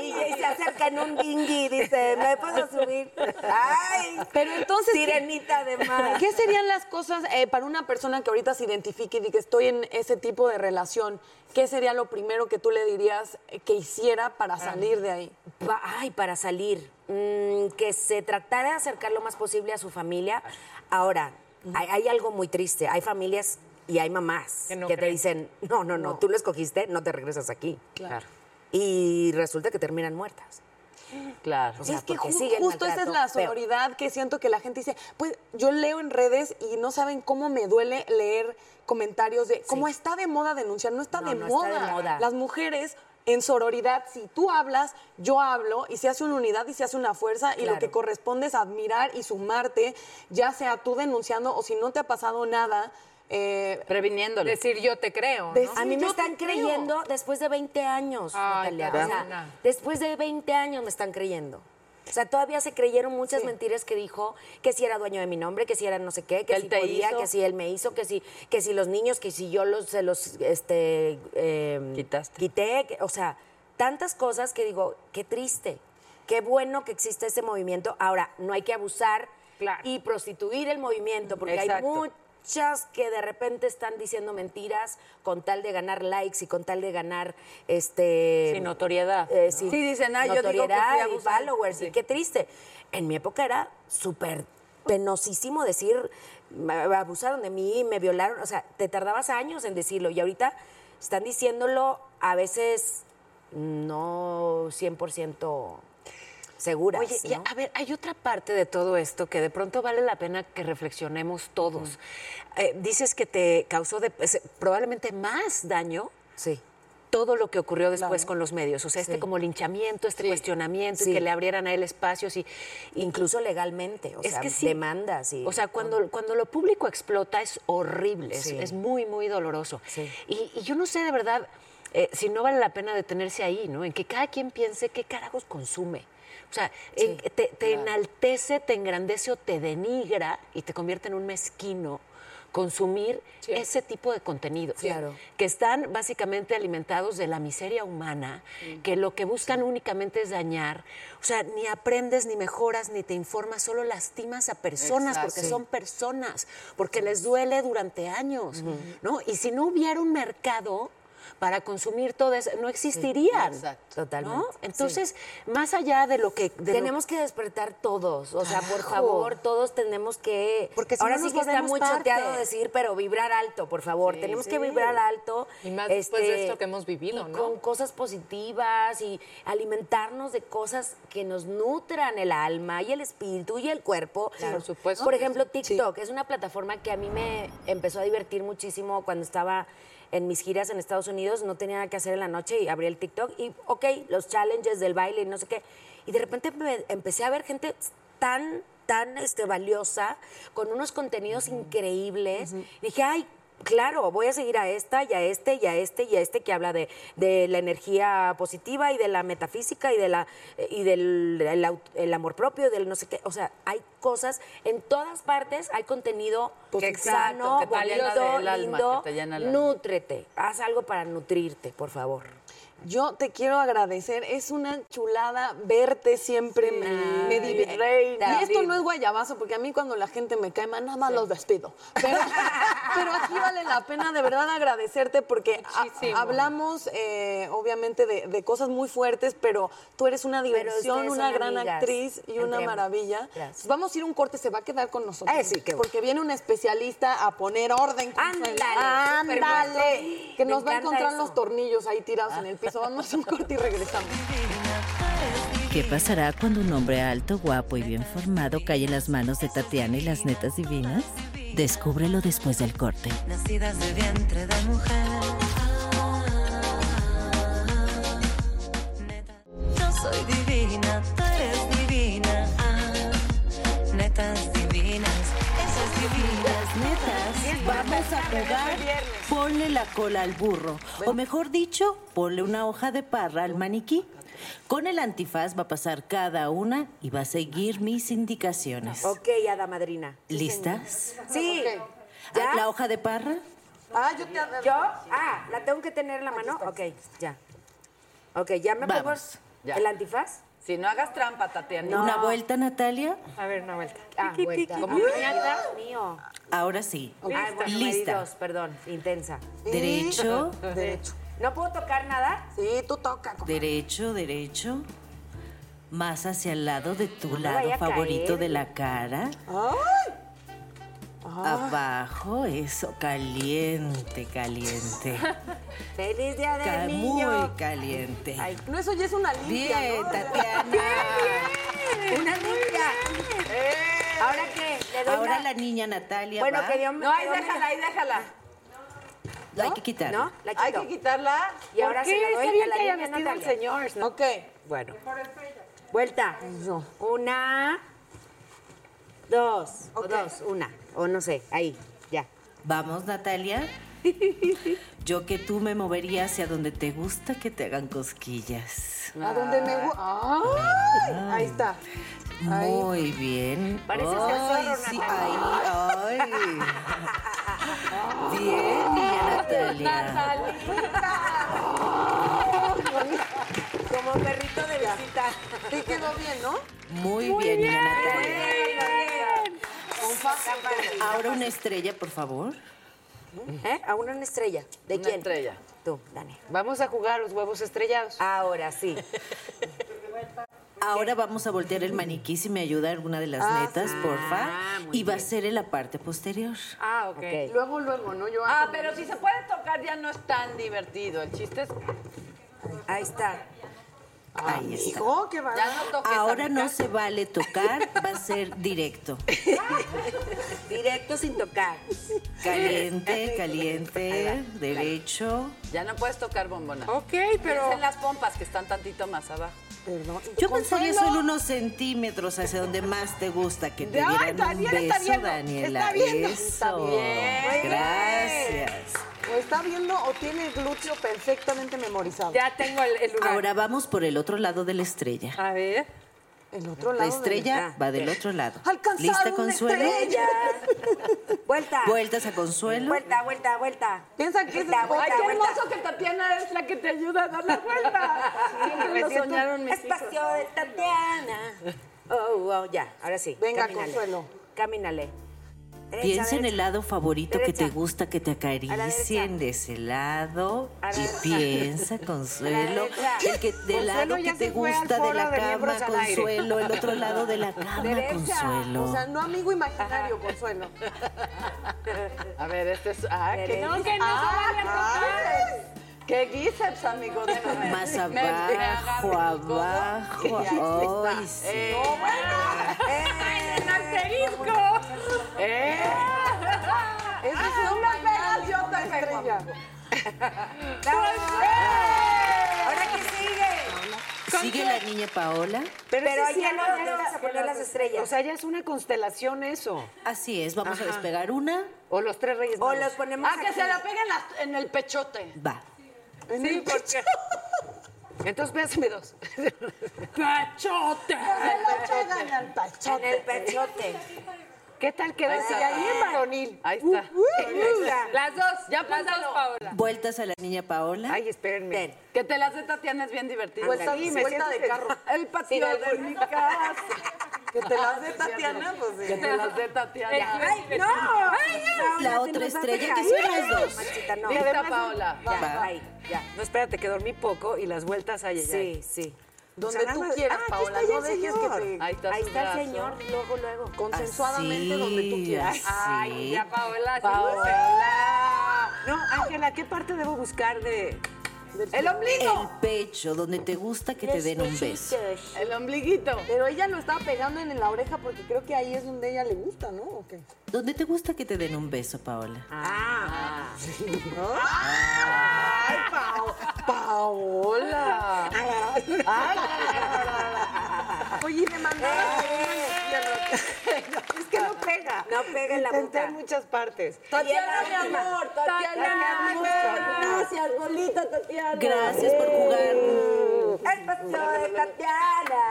Y, y se acerca en un dinghy y dice, ¿me puedo subir? ¡Ay! Pero entonces, ¿qué- Sirenita de mar. ¿Qué serían las cosas eh, para una persona que ahorita se identifique y diga estoy en ese tipo de relación? ¿Qué sería lo primero que tú le dirías eh, que hiciera para salir de ahí? Pa- ay, para salir. Mm, que se tratara de acercar lo más posible a su familia. Ahora, hay, hay algo muy triste. Hay familias y hay mamás que, te dicen, no, no, no, tú lo escogiste, no te regresas aquí. Claro. Y resulta que terminan muertas. Claro. O sea, es que porque ju- sigue el justo esa es maltrato la feo. sonoridad que siento que la gente dice, pues yo leo en redes y no saben cómo me duele leer comentarios de cómo está de moda denunciar, no está, No, de, no moda. está de moda. Las mujeres en sororidad, si tú hablas, yo hablo y se hace una unidad y se hace una fuerza y lo Claro. que corresponde es admirar y sumarte, ya sea tú denunciando o si no te ha pasado nada. eh, Previniéndole. Decir yo te creo. ¿no? A mí me están creyendo después de 20 años, Ay, Natalia. O Carolina. sea, después de 20 años me están creyendo. O sea, todavía se creyeron muchas mentiras que dijo, que si era dueño de mi nombre, que si era no sé qué, que Él si te podía, hizo. que si él me hizo, que si, que si los niños, que si yo los, se los este, eh, quité. que- O sea, tantas cosas que digo, qué triste. Qué bueno que existe ese movimiento. Ahora, no hay que abusar y prostituir el movimiento, porque hay Exacto. mucho muchas que de repente están diciendo mentiras con tal de ganar likes y con tal de ganar este Sí, notoriedad, eh, ¿no? sí, Sí, dicen, "Ah, yo digo que fui notoriedad y abusada". followers y qué triste en mi época era súper penosísimo decir me abusaron de mí me violaron o sea te tardabas años en decirlo y ahorita están diciéndolo a veces no 100% seguras Oye, y ¿no? a ver, hay otra parte de todo esto que de pronto vale la pena que reflexionemos todos. Eh, dices que te causó de- se- probablemente más daño. Sí. Todo lo que ocurrió después con los medios, o sea, este Sí. como linchamiento, este cuestionamiento, y Sí. que le abrieran a él espacios y, incluso legalmente o sea demandas y o sea, cuando, cuando lo público explota es horrible, es- Sí. es, muy, muy doloroso. Y, y yo no sé de verdad eh, si no vale la pena detenerse ahí, ¿no? En que cada quien piense qué carajos consume. O sea, en- te, te enaltece, te engrandece o te denigra y te convierte en un mezquino consumir ese tipo de contenido. Claro. Que están básicamente alimentados de la miseria humana, que lo que buscan únicamente es dañar. O sea, ni aprendes, ni mejoras, ni te informas, solo lastimas a personas, Exacto. porque Sí. son personas, porque les duele durante años, ¿no? Y si no hubiera un mercado para consumir todo eso, no existirían. exacto. Totalmente, ¿no? sí. Entonces, más allá de lo que... de lo- tenemos que despertar todos, o sea, por Carajo. favor, todos tenemos que. Porque si ahora no sí nos que está volvemos muy parte. choteado decir, pero vibrar alto, por favor. Sí, tenemos sí. que vibrar alto. este, Y más después de esto que hemos vivido, y ¿no? Con cosas positivas y alimentarnos de cosas que nos nutran el alma y el espíritu y el cuerpo. Claro, por supuesto. Por ejemplo, TikTok es una plataforma que a mí me empezó a divertir muchísimo cuando estaba en mis giras en Estados Unidos, no tenía nada que hacer en la noche y abrí el TikTok y, ok, los challenges del baile y no sé qué. Y de repente me- empecé a ver gente tan, tan este, valiosa, con unos contenidos increíbles. Dije, ay, Claro, voy a seguir a esta y a este y a este y a este que habla de, de la energía positiva y de la metafísica y de la y del el au- el amor propio y del no sé qué. O sea, hay cosas en todas partes, hay contenido Positivo. sano, Exacto, que te llena bonito, del alma, lindo. que te llena el alma. Nútrete, haz algo para nutrirte, por favor. Yo te quiero agradecer, es una chulada verte siempre, me, me divi- eh, Y esto no es guayabazo, porque a mí cuando la gente me cae mal, nada más los despido. Pero, pero aquí vale la pena de verdad agradecerte porque a- hablamos eh, obviamente de, de cosas muy fuertes, pero tú eres una diversión, ustedes una son gran amigas. actriz y una Entremos. maravilla. Gracias. Vamos a ir a un corte, se va a quedar con nosotros. Porque viene un especialista a poner orden. Ándale, súper ándale. guapo. Que Me nos va a encanta encontrar eso. los tornillos ahí tirados en el piso. Vamos a un corte y regresamos. ¿Qué pasará cuando un hombre alto, guapo y bien formado cae en las manos de Tatiana y las netas divinas? Descúbrelo después del corte. nacidas de vientre de mujer. Ah, neta, Yo soy divina, tú eres divina. Ah, netas divinas, esas divinas, netas. Vamos a pegar, ponle la cola al burro, o mejor dicho, ponle una hoja de parra al maniquí. Con el antifaz va a pasar cada una y va a seguir mis indicaciones. Ok, Ada Madrina. ¿Listas? Sí. Ah, ¿La hoja de parra? Ah, yo te ¿Yo? Ah, ¿la tengo que tener en la mano? Ok, ya. Ok, ¿ya me pongo Vamos, ya. el antifaz? Si no hagas trampa, Tatiana. ¿Una vuelta, Natalia? A ver, una vuelta. Ah, vuelta. Como Ay, piñata. Dios mío. Ahora sí. Ay, Ah, bueno, Lista. medidos, perdón, intensa. Derecho. Derecho. ¿No puedo tocar nada? Sí, tú toca. Derecho, derecho. Más hacia el lado de tu me lado vaya a favorito caer. de la cara. Abajo, eso, caliente, caliente. ¡Feliz Día del Ca- muy Niño! caliente. No, eso ya es una limpia. Bien, ¿no? Tatiana. ¡Una niña! ¿Ahora qué? ¿Le doy Ahora una- la niña Natalia Bueno, va. que Dios me... No, ahí que Dios me- déjala, ahí déjala. La hay que quitar. ¿No? La Hay quito. que quitarla. Y ahora se la doy a la niña al Natalia. señor. ¿no? Ok. Bueno. Vuelta. Una, dos, o dos, una, o no sé, ahí, ya. Vamos, Natalia. Yo que tú me movería hacia donde te gusta que te hagan cosquillas. ¿A dónde me gu- ¡Ay! Ahí está. Ahí. Muy bien. Pareces el Ay, zorro, sí, Natalia. ay, ay. Bien, niña Natalia. Como perrito de visita. Te quedó bien, ¿no? Muy, bien, niña Natalia. Un paso. Ahora una estrella, por favor. ¿Eh? A una, una estrella. ¿De Una quién? estrella. Tú, Dani. Vamos a jugar los huevos estrellados. Ahora sí. Ahora vamos a voltear el maniquí si me ayuda alguna de las Ah, netas, porfa. y va a ser en la parte posterior. Ah, ok. Ok. Luego, luego, ¿no? Yo Ah, hago- pero si se puede tocar ya no es tan divertido. El chiste es Ahí está. Ahí Ah, está. Hijo, qué bárbaro. ya no toques. Ahora amiga. no se vale tocar, va a ser directo. Directo sin tocar. Caliente, caliente, derecho. Ya no puedes tocar bombona. Ok, Piensa pero. en las pompas que están tantito más abajo. Perdón. Yo Consuelo. pensaría solo unos centímetros hacia donde más te gusta que te Ay, dieran un Daniela beso, está viendo, Daniela. está viendo. Está Eso. bien. Gracias. O está viendo o tiene el glúteo perfectamente memorizado. Ya tengo el, el lugar. Ahora vamos por el otro lado de la estrella. A ver. El otro lado. La de- estrella va del otro lado. Alcanzar ¿Lista, una Consuelo? estrella. Ya. Vuelta. Vueltas a Consuelo. Vuelta, vuelta, vuelta. Piensa que es Vuelta, vuelta, Ay, qué vuelta. hermoso que Tatiana es la que te ayuda a dar la vuelta. Siempre lo soñaron mis hijos. Espacio de Tatiana. Oh, wow, ya. Ahora sí. Venga, camínale. Consuelo. Camínale. Derecha, Piensa en derecha. el lado favorito que te Derecha. gusta que te A la acaricien derecha. de ese lado A la derecha. y piensa Consuelo derecha. el que del lado que te gusta de la cama Consuelo el otro lado de la cama Consuelo O sea, no amigo imaginario, Consuelo. A ver, este es. Ah, que Derecha. no. Que no Ah, se vale a tocar. ¡Qué bíceps, amigo! Déjame. más abajo abajo eh, ay sí. ¡En asterisco! Eh. Eso es Ah, una pegas y otra estrella. Ahora que sigue. sigue la niña Paola Pero, ya no ya vamos a poner las estrellas. O sea, ya es una constelación eso. así es vamos a despegar una O los tres reyes. o magos. Ah, los ponemos Ah, aquí. peguen en el pechote. va Sí, porque. Entonces, pésame dos. Se lo pegan al en el pechote. pechote. ¿Qué tal queda? está. Y ahí en varonil. Ahí está. Las dos. Ya las dos, Paola. Vueltas a la niña Paola. Ay, espérenme. Que te la hace Tatiana es bien divertida. Pues sí, me siento- El patio Sí, de mi casa. Que te las dé Tatiana, pues sí. Que te las dé Tatiana. ¡Ay, no! Ay, Paola, La se otra nos hace estrella, que caer. son las dos. Machita, no. Y Lista, además- Paola. Va, Ya, va. bye, ya. No, espérate, que dormí poco y las vueltas hay Sí, sí. Donde Pues tú agarra- quieras, Ah, aquí Paola, está ya no el dejes señor. que te- Ahí está, Ahí está el el señor, señor, luego, luego. Ah, Consensuadamente donde tú quieras. Ay, ya, Paola. Paola. No, Ángela, ¿qué parte debo buscar de...? El ombligo. El pecho, donde te gusta que te den un beso. El ombliguito. Pero ella lo estaba pegando en la oreja porque creo que ahí es donde ella le gusta, ¿no? ¿O qué? ¿Dónde te gusta que te den un beso, Paola? Ah. Ay, Pao- Paola. Oye, me Eh, mandaron. Es que no pega. No pega en la boca. en muchas partes. Tatiana, mi amor, Tatiana, mi amor. Gracias, bolita, Tatiana. Mm. Gracias por jugar. El paseo de Tatiana.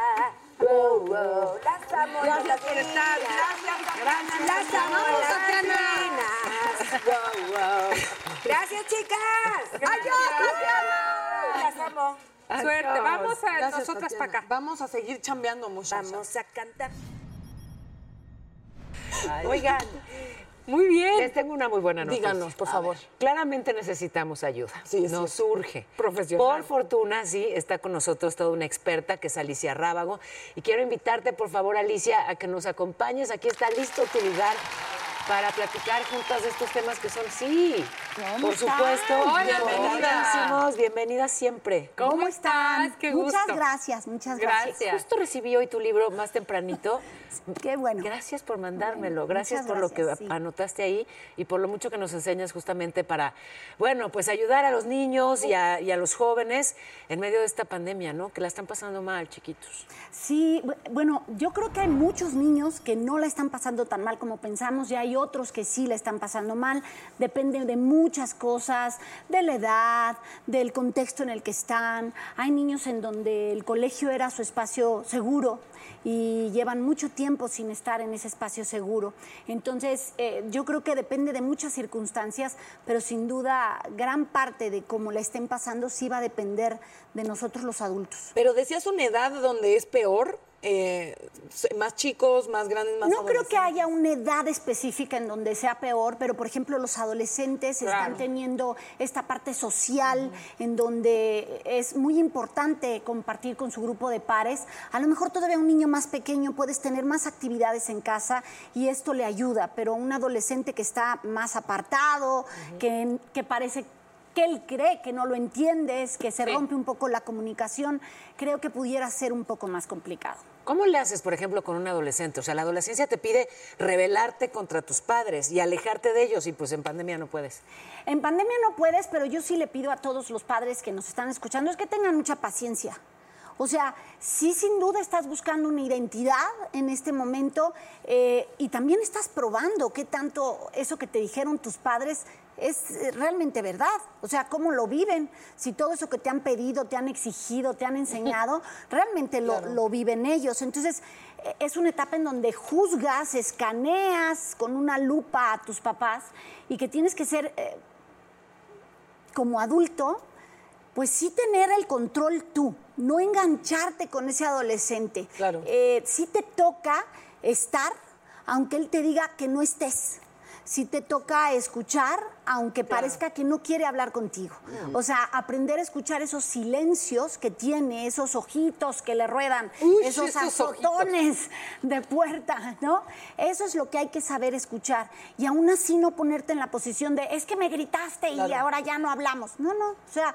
Wow, wow. Las amo, Gracias por Tatiana. estar. Gracias, Tatiana. Las amo, Vamos, Tatiana. Wow, wow. Gracias, chicas. Adiós, Tatiana. Las amo. Adiós. Gracias, nosotras Tatiana. Vamos a seguir chambeando, muchachos. Vamos a cantar. Oigan. Muy bien. Les tengo una muy buena noticia. Díganos, por A favor. ver. Claramente necesitamos ayuda. Nos surge. Profesional. Por fortuna, sí, está con nosotros toda una experta que es Alicia Rábago. Y quiero invitarte, por favor, Alicia, a que nos acompañes. Aquí está listo tu lugar para platicar juntas de estos temas que son, sí, ¿Cómo por estás? supuesto. Hola, bienvenida. Bienvenida siempre. ¿Cómo están? Qué muchas gusto. gracias, muchas gracias. Justo recibí hoy tu libro más tempranito. Qué bueno. Gracias por mandármelo. Gracias muchas por lo que gracias, sí. anotaste ahí y por lo mucho que nos enseñas justamente para, bueno, pues ayudar a los niños y a, y a los jóvenes en medio de esta pandemia, ¿no? Que la están pasando mal, chiquitos. Sí, bu- bueno, yo creo que hay muchos niños que no la están pasando tan mal como pensamos y hay otros que sí la están pasando mal. Depende de muchas cosas, de la edad, del contexto en el que están. Hay niños en donde el colegio era su espacio seguro y llevan mucho tiempo sin estar en ese espacio seguro. Entonces, eh, yo creo que depende de muchas circunstancias, pero sin duda gran parte de cómo la estén pasando sí va a depender de nosotros los adultos. Pero decías una edad donde es peor, eh, más chicos, más grandes, más No creo que haya una edad específica en donde sea peor, pero por ejemplo los adolescentes Claro. están teniendo esta parte social en donde es muy importante compartir con su grupo de pares. A lo mejor todavía un niño más pequeño puedes tener más actividades en casa y esto le ayuda, pero un adolescente que está más apartado, que, que parece que él cree que no lo entiendes, que se Sí. rompe un poco la comunicación, creo que pudiera ser un poco más complicado. ¿Cómo le haces, por ejemplo, con un adolescente? O sea, la adolescencia te pide rebelarte contra tus padres y alejarte de ellos y pues en pandemia no puedes. En pandemia no puedes, pero yo sí le pido a todos los padres que nos están escuchando es que tengan mucha paciencia. O sea, sí sin duda estás buscando una identidad en este momento eh, y también estás probando qué tanto eso que te dijeron tus padres es eh, realmente verdad. O sea, cómo lo viven, si todo eso que te han pedido, te han exigido, te han enseñado, realmente lo, lo viven ellos. Entonces, e- es una etapa en donde juzgas, escaneas con una lupa a tus papás y que tienes que ser... eh, como adulto, pues sí tener el control tú, no engancharte con ese adolescente. Claro. sí te toca estar, aunque él te diga que no estés. Sí te toca escuchar, aunque parezca que no quiere hablar contigo. Mm. O sea, aprender a escuchar esos silencios que tiene, esos ojitos que le ruedan, Uy, esos, esos ojitos. azotones de puerta, ¿no? Eso es lo que hay que saber escuchar. Y aún así no ponerte en la posición de, es que me gritaste y Claro. ahora ya no hablamos. No, no, o sea,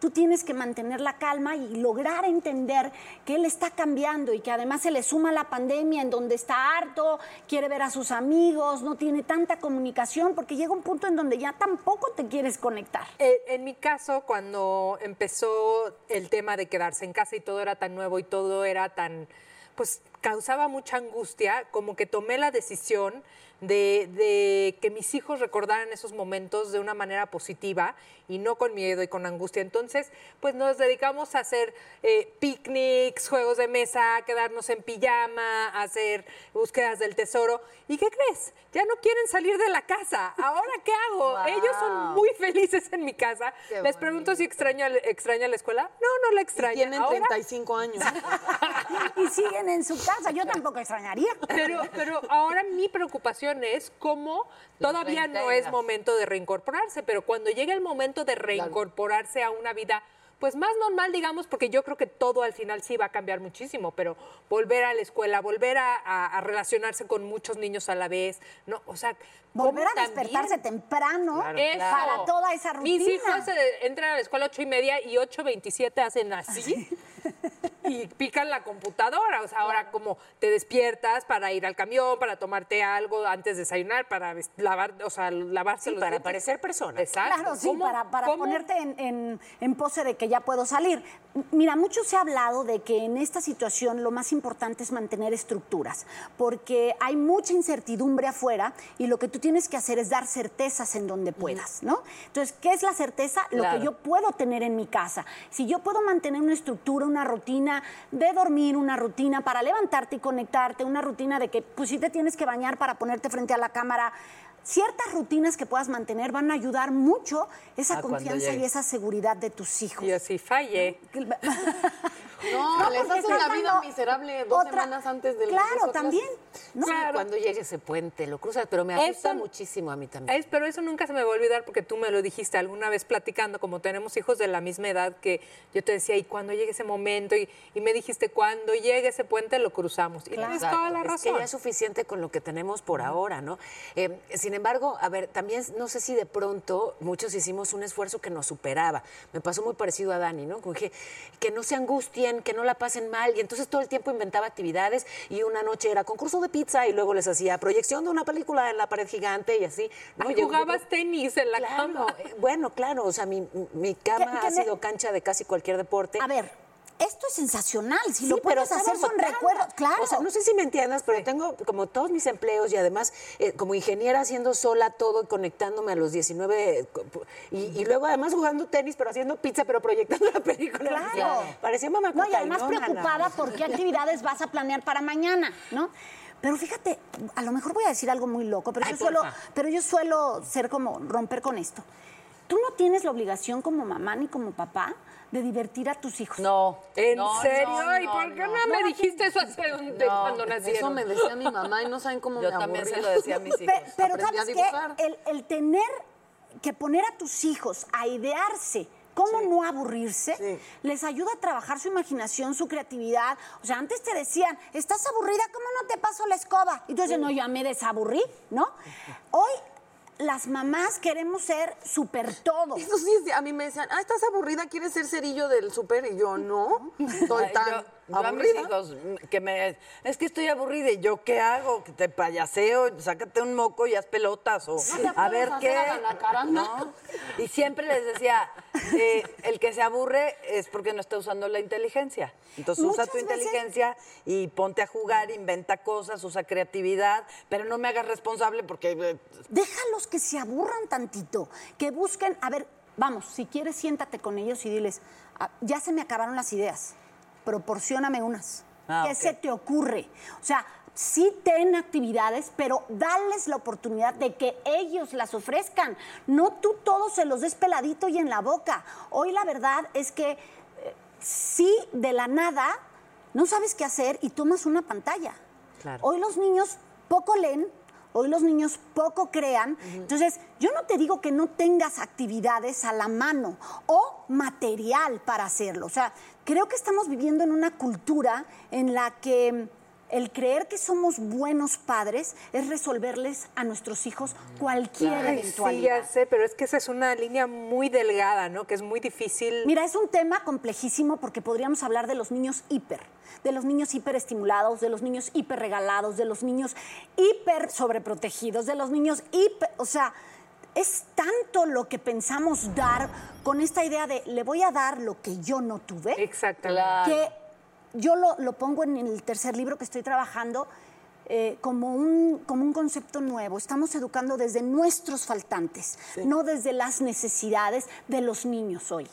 tú tienes que mantener la calma y lograr entender que él está cambiando y que además se le suma la pandemia en donde está harto, quiere ver a sus amigos, no tiene tanta comunicación, porque llega un punto en donde ya tampoco te quieres conectar. Eh, En, mi caso, cuando empezó el tema de quedarse en casa y todo era tan nuevo y todo era tan, pues, causaba mucha angustia, como que tomé la decisión de, de que mis hijos recordaran esos momentos de una manera positiva y no con miedo y con angustia. Entonces, pues nos dedicamos a hacer eh, picnics, juegos de mesa, a quedarnos en pijama, a hacer búsquedas del tesoro. ¿Y qué crees? Ya no quieren salir de la casa. ¿Ahora qué hago? Ellos son muy felices en mi casa. Les pregunto si extraño, extraña la escuela. No, no la extraño. Tienen 35 años. y siguen en su casa. Yo tampoco extrañaría. Pero, pero ahora mi preocupación es cómo todavía no es reintegras. momento de reincorporarse, pero cuando llegue el momento de reincorporarse a una vida pues más normal, digamos, porque yo creo que todo al final sí va a cambiar muchísimo, pero volver a la escuela, volver a, a- a relacionarse con muchos niños a la vez, no, o sea, ¿cómo Volver a también? despertarse temprano Eso. para toda esa rutina. Mis hijos eh, entran a la escuela a 8 y media y 8.27 hacen así y pican la computadora. O sea, ahora como te despiertas para ir al camión, para tomarte algo antes de desayunar, para ves- lavar, o sea, lavarse los para dientes. parecer persona. Exacto. Claro, sí, ¿Cómo- para, para cómo ponerte en, en- en pose de que ya puedo salir. M- Mira, mucho se ha hablado de que en esta situación lo más importante es mantener estructuras, porque hay mucha incertidumbre afuera y lo que tú tienes que hacer es dar certezas en donde puedas, ¿no? Entonces, ¿qué es la certeza? Lo Claro. que yo puedo tener en mi casa. Si yo puedo mantener una estructura, una rutina de dormir, una rutina para levantarte y conectarte, una rutina de que, pues sí te tienes que bañar para ponerte frente a la cámara. Ciertas rutinas que puedas mantener van a ayudar mucho esa Ah, cuando confianza y llegue. esa seguridad de tus hijos. Yo sí fallé. No, No, les porque hacen la están vida dando miserable dos semanas antes del regreso a clases. Sí, cuando llegue ese puente lo cruzas, pero me asusta muchísimo a mí también. Es, pero eso nunca se me va a olvidar porque tú me lo dijiste alguna vez platicando, como tenemos hijos de la misma edad, que yo te decía, ¿y cuando llegue ese momento? Y, y me dijiste, cuando llegue ese puente lo cruzamos. Y tienes Exacto. toda la Es que razón. ya es suficiente con lo que tenemos por ahora, ¿no? Eh, sin embargo, a ver, también no sé si de pronto muchos hicimos un esfuerzo que nos superaba. Me pasó muy parecido a Dani, ¿no? Como que, que no se angustien, que no la pasen mal. Y entonces todo el tiempo inventaba actividades y una noche era concurso de pizza y luego les hacía proyección de una película en la pared gigante y así. ¿no? Ay, Llegó- jugabas tenis en la cama. Eh, Bueno, claro, o sea, mi, mi cama que ha me- sido cancha de casi cualquier deporte. A ver, esto es sensacional, si lo pero puedes hacer estaba son agotada. recuerdos, claro. O sea, no sé si me entiendas, pero tengo como todos mis empleos y además eh, como ingeniera haciendo sola todo y conectándome a los 19 eh, co- y, y luego además jugando tenis, pero haciendo pizza, pero proyectando la película. Claro. Parecía mamá No, y además cocainómana. preocupada por qué actividades vas a planear para mañana, ¿no? Pero fíjate, a lo mejor voy a decir algo muy loco, pero, Ay, yo, suelo, porfa. pero yo suelo ser como romper con esto. Tú no tienes la obligación como mamá ni como papá de divertir a tus hijos. No. ¿En serio? ¿Y por qué no, me dijiste eso hace un, de cuando nacieron? pues Eso me decía mi mamá y no saben cómo me aburría. Pe- Pero, Aprendí a ¿sabes dibujar. qué? El, el tener que poner a tus hijos a idearse cómo no aburrirse, les ayuda a trabajar su imaginación, su creatividad. O sea, antes te decían, estás aburrida, ¿cómo no te paso la escoba? Y tú dices, no, ya me desaburrí, ¿no? Hoy las mamás queremos ser super todo. Eso sí, sí, a mí me decían, ah, estás aburrida, quieres ser cerillo del súper. Y yo, no, soy Ay, tan yo- yo a mis aburrida. hijos, mm, que me, es que estoy aburrida y yo qué hago, que te payaseo, sácate un moco y haz pelotas o Sí. Ya a puedes ver hacer qué. a la caranda. ¿no? Y siempre les decía, eh, el que se aburre es porque no está usando la inteligencia. Entonces usa Muchas tu veces- inteligencia y ponte a jugar, inventa cosas, usa creatividad, pero no me hagas responsable porque eh, Déjalos que se aburran tantito, que busquen, a ver, vamos, si quieres siéntate con ellos y diles, "Ah, ya se me acabaron las ideas, proporcioname unas. Ah, ¿Qué ok. se te ocurre? O sea, sí ten actividades, pero dales la oportunidad de que ellos las ofrezcan. No tú todo se los des peladito y en la boca. Hoy la verdad es que eh, sí de la nada no sabes qué hacer y tomas una pantalla. Hoy los niños poco leen, hoy los niños poco crean. Entonces, yo no te digo que no tengas actividades a la mano o material para hacerlo. O sea, creo que estamos viviendo en una cultura en la que el creer que somos buenos padres es resolverles a nuestros hijos cualquier Mm. Ay, sí, eventualidad. ya sé, pero es que esa es una línea muy delgada, ¿no? Que es muy difícil. Mira, es un tema complejísimo porque podríamos hablar de los niños hiper, de los niños hiperestimulados, de los niños hiperregalados, de los niños hiper sobreprotegidos, de los niños hiper, o sea, es tanto lo que pensamos dar con esta idea de le voy a dar lo que yo no tuve. Exacto. Que yo lo, lo pongo en el tercer libro que estoy trabajando eh, como, un, como un concepto nuevo. Estamos educando desde nuestros faltantes, Sí. no desde las necesidades de los niños hoy.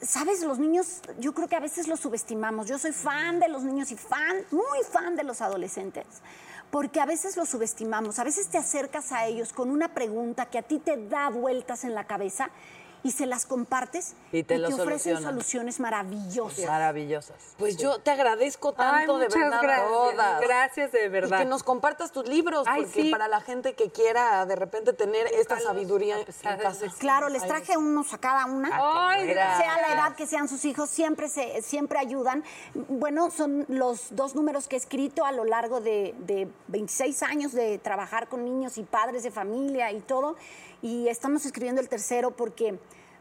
Sabes, los niños, yo creo que a veces los subestimamos. Yo soy fan de los niños y fan, muy fan de los adolescentes, porque a veces los subestimamos. A veces te acercas a ellos con una pregunta que a ti te da vueltas en la cabeza y se las compartes Y te lo ofrecen solucionan. soluciones maravillosas. Maravillosas. Pues yo te agradezco tanto, de verdad, todas. Gracias, de verdad. Y que nos compartas tus libros, Ay, porque sí. para la gente que quiera de repente tener esta sabiduría en casa. Claro, les traje unos a cada una. Ah, qué Ay, gracias. sea la edad que sean sus hijos, siempre se, siempre ayudan. Bueno, son los dos números que he escrito a lo largo de, de 26 años de trabajar con niños y padres de familia y todo. Y estamos escribiendo el tercero porque.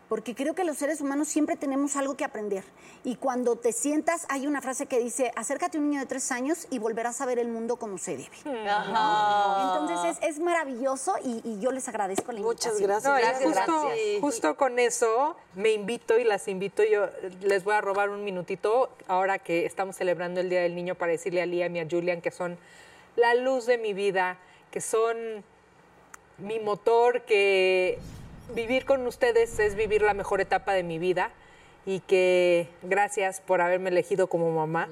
Porque creo que los seres humanos siempre tenemos algo que aprender. Y cuando te sientas, hay una frase que dice, acércate a un niño de tres años y volverás a ver el mundo como se debe. Ajá. Entonces es, es maravilloso y, y yo les agradezco la invitación. No, y justo, justo con eso me invito y las invito. Yo les voy a robar un minutito ahora que estamos celebrando el Día del Niño para decirle a Liam y a Julian que son la luz de mi vida, que son mi motor, que vivir con ustedes es vivir la mejor etapa de mi vida y que gracias por haberme elegido como mamá,